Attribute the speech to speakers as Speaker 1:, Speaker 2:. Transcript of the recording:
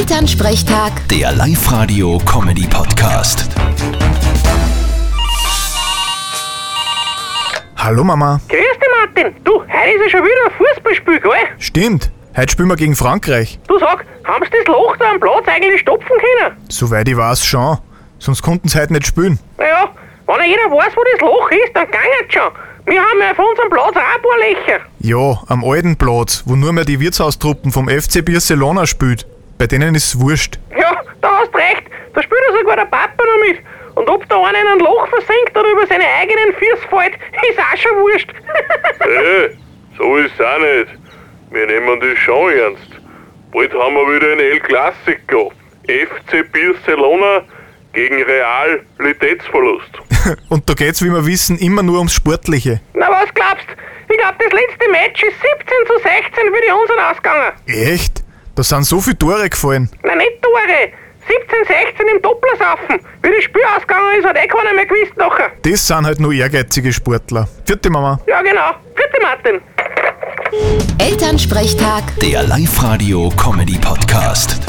Speaker 1: Elternsprechtag,
Speaker 2: Der Live-Radio-Comedy-Podcast.
Speaker 3: Hallo Mama.
Speaker 4: Grüß dich, Martin. Du, heute ist ja schon wieder ein Fußballspiel, gell?
Speaker 3: Stimmt, heute spielen wir gegen Frankreich.
Speaker 4: Du sag, haben sie das Loch da am Platz eigentlich stopfen können?
Speaker 3: Soweit ich weiß, schon. Sonst konnten sie heute nicht spielen.
Speaker 4: Naja, wenn ja jeder weiß, wo das Loch ist, dann gingert's schon. Wir haben ja auf unserem Platz auch ein paar Löcher.
Speaker 3: Ja, am alten Platz, wo nur mehr die Wirtshaustruppen vom FC Barcelona spielt. Bei denen ist's wurscht.
Speaker 4: Ja, da hast recht. Da spielt ja sogar der Papa noch mit. Und ob da einer in ein Loch versinkt oder über seine eigenen Füße fällt, ist auch schon wurscht.
Speaker 5: Hey, Äh, so ist es auch nicht. Wir nehmen das schon ernst. Bald haben wir wieder ein El Clasico. FC Barcelona gegen Realitätsverlust.
Speaker 3: Und da geht's, wie wir wissen, immer nur ums Sportliche.
Speaker 4: Na, was glaubst? Ich glaub, das letzte Match ist 17 zu 16 für die unseren ausgegangen.
Speaker 3: Echt? Da sind so viele Tore gefallen.
Speaker 4: Na nicht Tore! 17-16 im Dopplersaufen! Wie das Spiel ausgegangen ist, hat eh keiner mehr gewusst nachher.
Speaker 3: Das sind halt nur ehrgeizige Sportler. Vierte Mama.
Speaker 4: Ja genau. Vierte Martin.
Speaker 1: Elternsprechtag.
Speaker 2: Der Live-Radio-Comedy-Podcast.